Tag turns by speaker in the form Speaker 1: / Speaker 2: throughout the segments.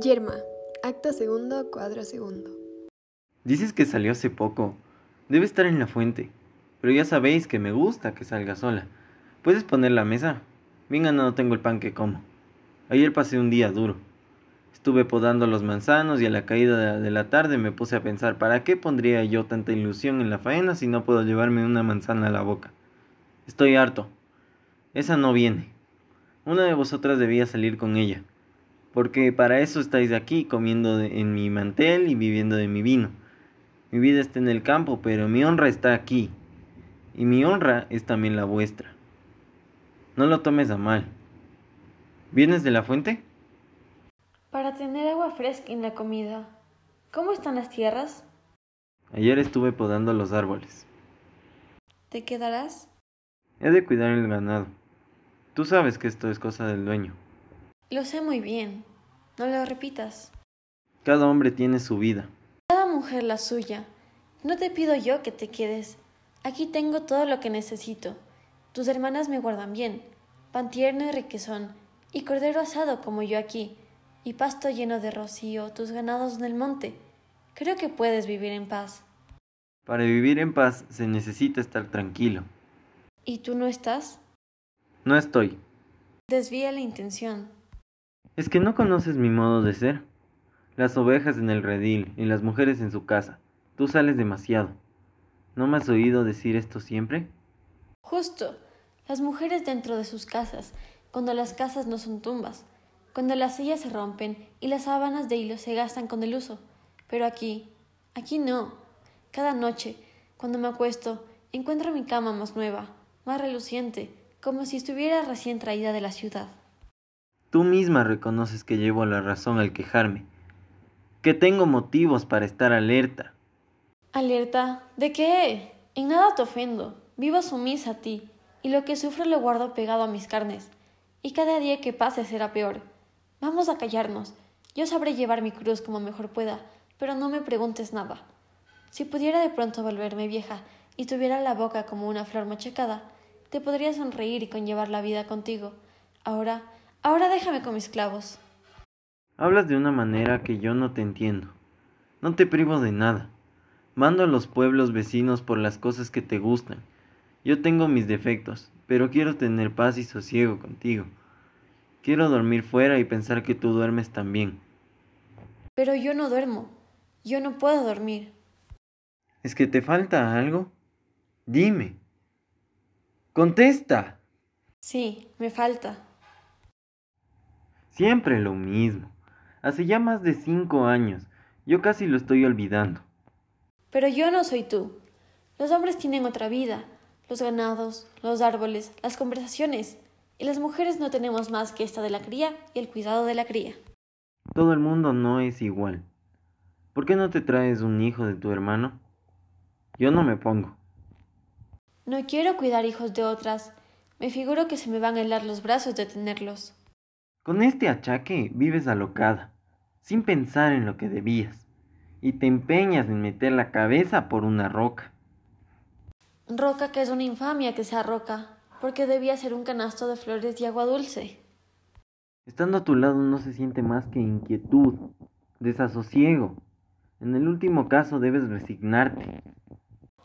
Speaker 1: Yerma, acto segundo, cuadro segundo.
Speaker 2: Dices que salió hace poco. Debe estar en la fuente. Pero ya sabéis que me gusta que salga sola. ¿Puedes poner la mesa? Bien no tengo el pan que como. Ayer pasé un día duro. Estuve podando los manzanos y a la caída de la- de la tarde me puse a pensar ¿para qué pondría yo tanta ilusión en la faena si no puedo llevarme una manzana a la boca? Estoy harto. Esa no viene. Una de vosotras debía salir con ella. Porque para eso estáis aquí comiendo de- en mi mantel y viviendo de mi vino. Mi vida está en el campo, pero mi honra está aquí. Y mi honra es también la vuestra. No lo tomes a mal. ¿Vienes de la fuente?
Speaker 3: Para tener agua fresca en la comida. ¿Cómo están las tierras?
Speaker 2: Ayer estuve podando los árboles.
Speaker 3: ¿Te quedarás?
Speaker 2: He de cuidar el ganado. Tú sabes que esto es cosa del dueño.
Speaker 3: Lo sé muy bien. No lo repitas.
Speaker 2: Cada hombre tiene su vida.
Speaker 3: Cada mujer la suya. No te pido yo que te quedes. Aquí tengo todo lo que necesito. Tus hermanas me guardan bien. Pan tierno y requesón. Y cordero asado como yo aquí. Y pasto lleno de rocío. Tus ganados en el monte. Creo que puedes vivir en paz.
Speaker 2: Para vivir en paz se necesita estar tranquilo.
Speaker 3: ¿Y tú no estás?
Speaker 2: No estoy.
Speaker 3: Desvía la intención.
Speaker 2: Es que no conoces mi modo de ser. Las ovejas en el redil y las mujeres en su casa. Tú sales demasiado. ¿No me has oído decir esto siempre?
Speaker 3: Justo, las mujeres dentro de sus casas, cuando las casas no son tumbas, cuando las sillas se rompen y las sábanas de hilo se gastan con el uso. Pero aquí, aquí no. Cada noche, cuando me acuesto, encuentro mi cama más nueva, más reluciente, como si estuviera recién traída de la ciudad.
Speaker 2: Tú misma reconoces que llevo la razón al quejarme. Que tengo motivos para estar alerta.
Speaker 3: Alerta, ¿de qué? En nada te ofendo, vivo sumisa a ti, y lo que sufro lo guardo pegado a mis carnes, y cada día que pase será peor. Vamos a callarnos, yo sabré llevar mi cruz como mejor pueda, pero no me preguntes nada. Si pudiera de pronto volverme vieja y tuviera la boca como una flor machacada, te podría sonreír y conllevar la vida contigo. Ahora, ahora déjame con mis clavos.
Speaker 2: Hablas de una manera que yo no te entiendo. No te privo de nada. Mando a los pueblos vecinos por las cosas que te gustan. Yo tengo mis defectos, pero quiero tener paz y sosiego contigo. Quiero dormir fuera y pensar que tú duermes también.
Speaker 3: Pero yo no duermo, yo no puedo dormir.
Speaker 2: ¿Es que te falta algo? Dime. Contesta.
Speaker 3: Sí, me falta.
Speaker 2: Siempre lo mismo. Hace ya más de cinco años. Yo casi lo estoy olvidando.
Speaker 3: Pero yo no soy tú. Los hombres tienen otra vida, los ganados, los árboles, las conversaciones. Y las mujeres no tenemos más que esta de la cría y el cuidado de la cría.
Speaker 2: Todo el mundo no es igual. ¿Por qué no te traes un hijo de tu hermano? Yo no me pongo.
Speaker 3: No quiero cuidar hijos de otras. Me figuro que se me van a helar los brazos de tenerlos.
Speaker 2: Con este achaque vives alocada, sin pensar en lo que debías, y te empeñas en meter la cabeza por una roca.
Speaker 3: Roca que es una infamia que sea roca, porque debía ser un canasto de flores y agua dulce.
Speaker 2: Estando a tu lado no se siente más que inquietud, desasosiego. En el último caso debes resignarte.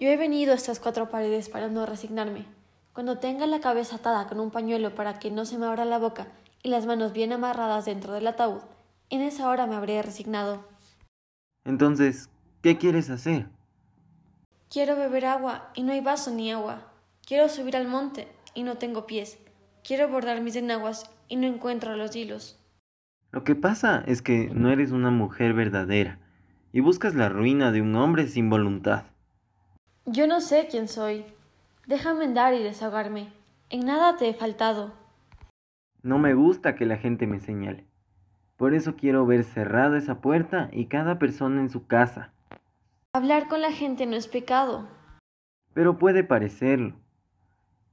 Speaker 3: Yo he venido a estas cuatro paredes para no resignarme. Cuando tenga la cabeza atada con un pañuelo para que no se me abra la boca y las manos bien amarradas dentro del ataúd, en esa hora me habré resignado.
Speaker 2: Entonces, ¿qué quieres hacer?
Speaker 3: Quiero beber agua y no hay vaso ni agua. Quiero subir al monte y no tengo pies. Quiero bordar mis enaguas y no encuentro los hilos.
Speaker 2: Lo que pasa es que no eres una mujer verdadera y buscas la ruina de un hombre sin voluntad.
Speaker 3: Yo no sé quién soy. Déjame andar y desahogarme. En nada te he faltado.
Speaker 2: No me gusta que la gente me señale. Por eso quiero ver cerrada esa puerta y cada persona en su casa.
Speaker 3: Hablar con la gente no es pecado.
Speaker 2: Pero puede parecerlo.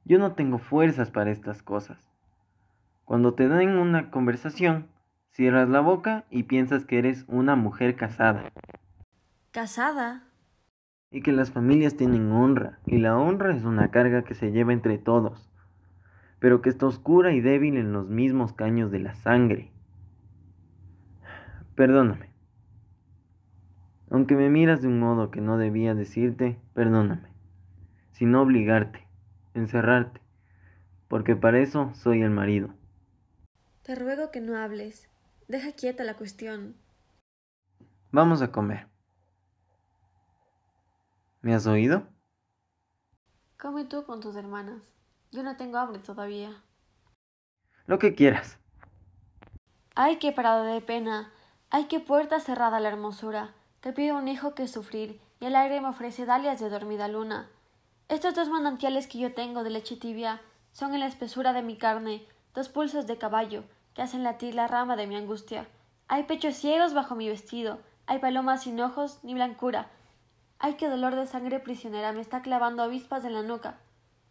Speaker 2: Yo no tengo fuerzas para estas cosas. Cuando te dan una conversación, cierras la boca y piensas que eres una mujer casada
Speaker 3: ¿Casada?
Speaker 2: y que las familias tienen honra y la honra es una carga que se lleva entre todos, pero que está oscura y débil en los mismos caños de la sangre. Perdóname. Aunque me miras de un modo que no debía decirte, perdóname. Sin obligarte, encerrarte, porque para eso soy el marido.
Speaker 3: Te ruego que no hables. Deja quieta la cuestión.
Speaker 2: Vamos a comer. ¿Me has oído?
Speaker 3: Come tú con tus hermanas. Yo no tengo hambre todavía.
Speaker 2: Lo que quieras.
Speaker 3: Ay, qué parado de pena. Ay, qué puerta cerrada la hermosura. Te pido un hijo que sufrir, y el aire me ofrece dalias de dormida luna. Estos dos manantiales que yo tengo de leche tibia son en la espesura de mi carne, dos pulsos de caballo que hacen latir la rama de mi angustia. Hay pechos ciegos bajo mi vestido, hay palomas sin ojos ni blancura. Ay, qué dolor de sangre prisionera me está clavando avispas en la nuca.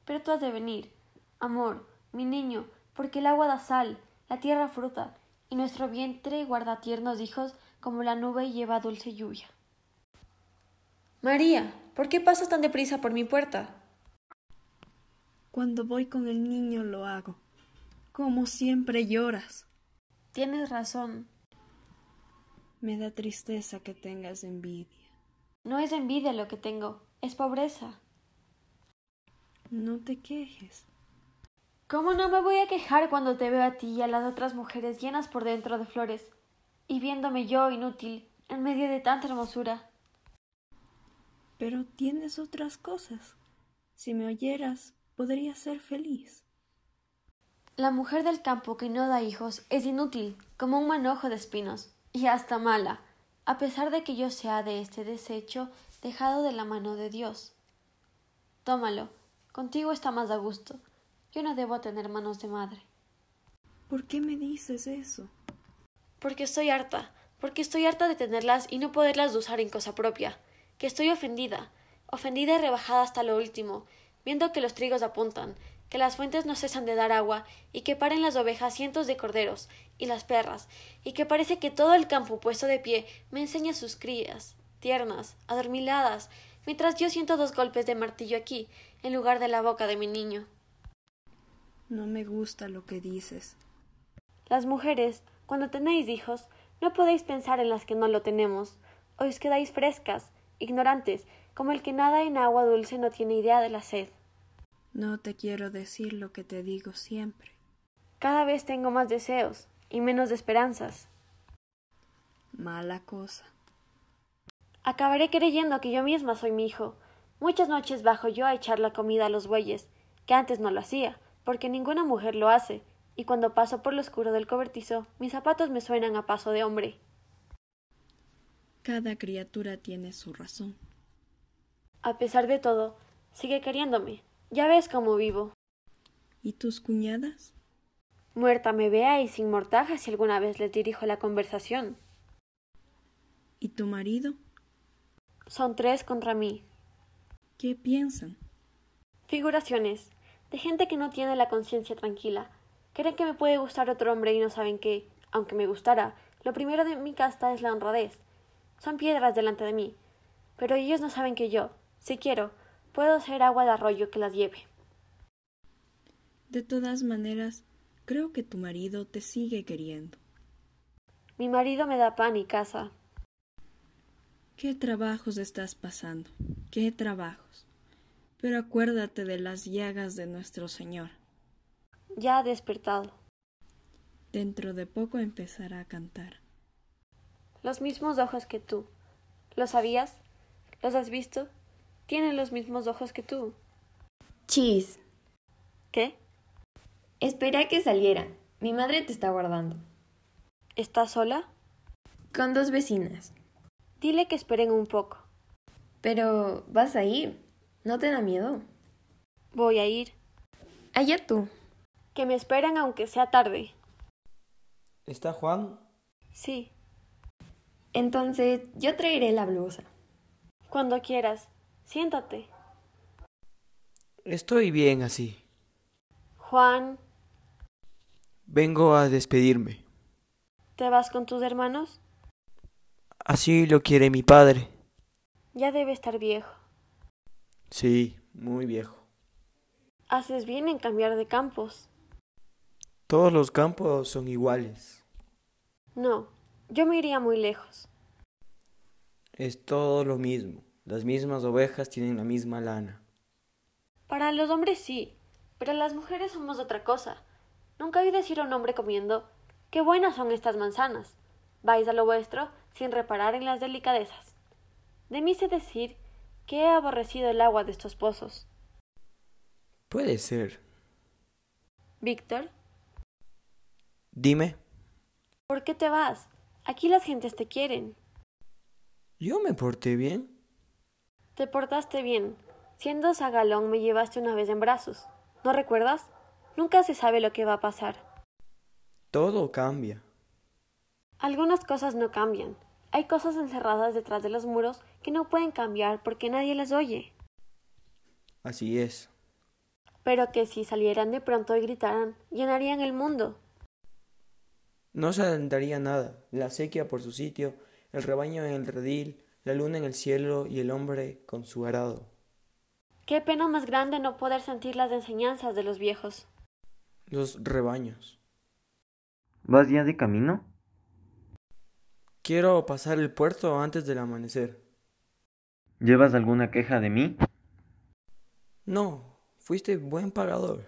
Speaker 3: Pero tú has de venir, amor, mi niño, porque el agua da sal, la tierra fruta, y nuestro vientre guarda tiernos hijos como la nube y lleva dulce lluvia. María, ¿por qué pasas tan deprisa por mi puerta?
Speaker 4: Cuando voy con el niño lo hago. Como siempre lloras.
Speaker 3: Tienes razón.
Speaker 4: Me da tristeza que tengas envidia.
Speaker 3: No es envidia lo que tengo, es pobreza.
Speaker 4: No te quejes.
Speaker 3: ¿Cómo no me voy a quejar cuando te veo a ti y a las otras mujeres llenas por dentro de flores, y viéndome yo inútil en medio de tanta hermosura?
Speaker 4: Pero tienes otras cosas. Si me oyeras, podrías ser feliz.
Speaker 3: La mujer del campo que no da hijos es inútil, como un manojo de espinos, y hasta mala, a pesar de que yo sea de este desecho dejado de la mano de Dios. Tómalo, contigo está más a gusto. Yo no debo tener manos de madre.
Speaker 4: ¿Por qué me dices eso?
Speaker 3: Porque estoy harta, porque estoy harta de tenerlas y no poderlas usar en cosa propia, que estoy ofendida, ofendida y rebajada hasta lo último, viendo que los trigos apuntan, que las fuentes no cesan de dar agua, y que paren las ovejas cientos de corderos, y las perras, y que parece que todo el campo puesto de pie me enseña sus crías, tiernas, adormiladas, mientras yo siento dos golpes de martillo aquí, en lugar de la boca de mi niño.
Speaker 4: No me gusta lo que dices.
Speaker 3: Las mujeres, cuando tenéis hijos, no podéis pensar en las que no lo tenemos, o os quedáis frescas, ignorantes, como el que nada en agua dulce no tiene idea de la sed.
Speaker 4: No te quiero decir lo que te digo siempre.
Speaker 3: Cada vez tengo más deseos y menos de esperanzas.
Speaker 4: Mala cosa.
Speaker 3: Acabaré creyendo que yo misma soy mi hijo. Muchas noches bajo yo a echar la comida a los bueyes, que antes no lo hacía, porque ninguna mujer lo hace, y cuando paso por lo oscuro del cobertizo, mis zapatos me suenan a paso de hombre.
Speaker 4: Cada criatura tiene su razón.
Speaker 3: A pesar de todo, sigue queriéndome. Ya ves cómo vivo.
Speaker 4: ¿Y tus cuñadas?
Speaker 3: Muerta me vea y sin mortaja si alguna vez les dirijo la conversación.
Speaker 4: ¿Y tu marido?
Speaker 3: Son tres contra mí.
Speaker 4: ¿Qué piensan?
Speaker 3: Figuraciones. De gente que no tiene la conciencia tranquila. Creen que me puede gustar otro hombre y no saben que, aunque me gustara, lo primero de mi casta es la honradez. Son piedras delante de mí. Pero ellos no saben que yo, si quiero, puedo ser agua de arroyo que las lleve.
Speaker 4: De todas maneras, creo que tu marido te sigue queriendo.
Speaker 3: Mi marido me da pan y casa.
Speaker 4: ¿Qué trabajos estás pasando? ¿Qué trabajos? Pero acuérdate de las llagas de nuestro Señor.
Speaker 3: Ya ha despertado.
Speaker 4: Dentro de poco empezará a cantar.
Speaker 3: Los mismos ojos que tú. ¿Lo sabías? ¿Los has visto? Tienen los mismos ojos que tú.
Speaker 5: Chis,
Speaker 3: ¿Qué?
Speaker 5: espera a que saliera. Mi madre te está guardando.
Speaker 3: ¿Estás sola?
Speaker 5: Con dos vecinas.
Speaker 3: Dile que esperen un poco.
Speaker 5: Pero vas a ir. ¿No te da miedo?
Speaker 3: Voy a ir.
Speaker 5: Allá tú.
Speaker 3: Que me esperen aunque sea tarde.
Speaker 6: ¿Está Juan?
Speaker 3: Sí,
Speaker 5: Entonces yo traeré la blusa.
Speaker 3: cuando quieras. Siéntate.
Speaker 6: Estoy bien así.
Speaker 3: Juan,
Speaker 6: Vengo a despedirme.
Speaker 3: ¿te vas con tus hermanos?
Speaker 6: Así lo quiere mi padre.
Speaker 3: Ya debe estar viejo.
Speaker 6: Sí, muy viejo.
Speaker 3: Haces bien en cambiar de campos.
Speaker 6: Todos los campos son iguales.
Speaker 3: No, Yo me iría muy lejos.
Speaker 6: Es todo lo mismo. Las mismas ovejas tienen la misma lana.
Speaker 3: Para los hombres sí, pero las mujeres somos otra cosa. Nunca oí decir a un hombre comiendo qué buenas son estas manzanas. Vais a lo vuestro sin reparar en las delicadezas. De mí sé decir que he aborrecido el agua de estos pozos.
Speaker 6: Puede ser.
Speaker 3: Víctor,
Speaker 6: Dime.
Speaker 3: ¿por qué te vas? Aquí las gentes te quieren.
Speaker 6: ¿Yo me porté bien?
Speaker 3: Te portaste bien. Siendo zagalón me llevaste una vez en brazos. ¿No recuerdas? Nunca se sabe lo que va a pasar.
Speaker 6: Todo cambia.
Speaker 3: Algunas cosas no cambian. Hay cosas encerradas detrás de los muros que no pueden cambiar porque nadie las oye.
Speaker 6: Así es.
Speaker 3: Pero que si salieran de pronto y gritaran, llenarían el mundo.
Speaker 6: No se adelantaría nada. La sequía por su sitio, el rebaño en el redil, la luna en el cielo y el hombre con su arado.
Speaker 3: Qué pena más grande no poder sentir las enseñanzas de los viejos.
Speaker 6: Los rebaños.
Speaker 2: ¿Vas ya de camino?
Speaker 6: Quiero pasar el puerto antes del amanecer.
Speaker 2: ¿Llevas alguna queja de mí?
Speaker 6: No, fuiste buen pagador.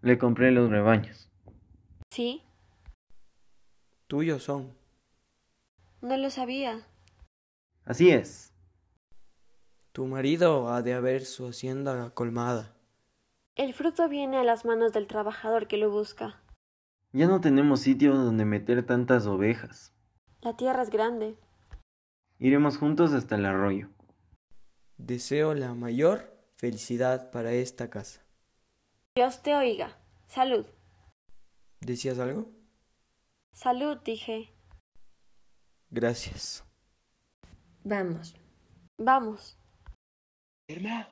Speaker 2: Le compré los rebaños.
Speaker 3: ¿Sí?
Speaker 6: Tuyos son.
Speaker 3: No lo sabía.
Speaker 2: Así es.
Speaker 6: Tu marido ha de haber su hacienda colmada.
Speaker 3: El fruto viene a las manos del trabajador que lo busca.
Speaker 2: Ya no tenemos sitio donde meter tantas ovejas.
Speaker 3: La tierra es grande.
Speaker 2: Iremos juntos hasta el arroyo.
Speaker 6: Deseo la mayor felicidad para esta casa.
Speaker 3: Dios te oiga. Salud.
Speaker 6: ¿Decías algo?
Speaker 3: Salud, dije.
Speaker 6: Gracias.
Speaker 7: Vamos.
Speaker 3: Vamos.
Speaker 5: Yerma.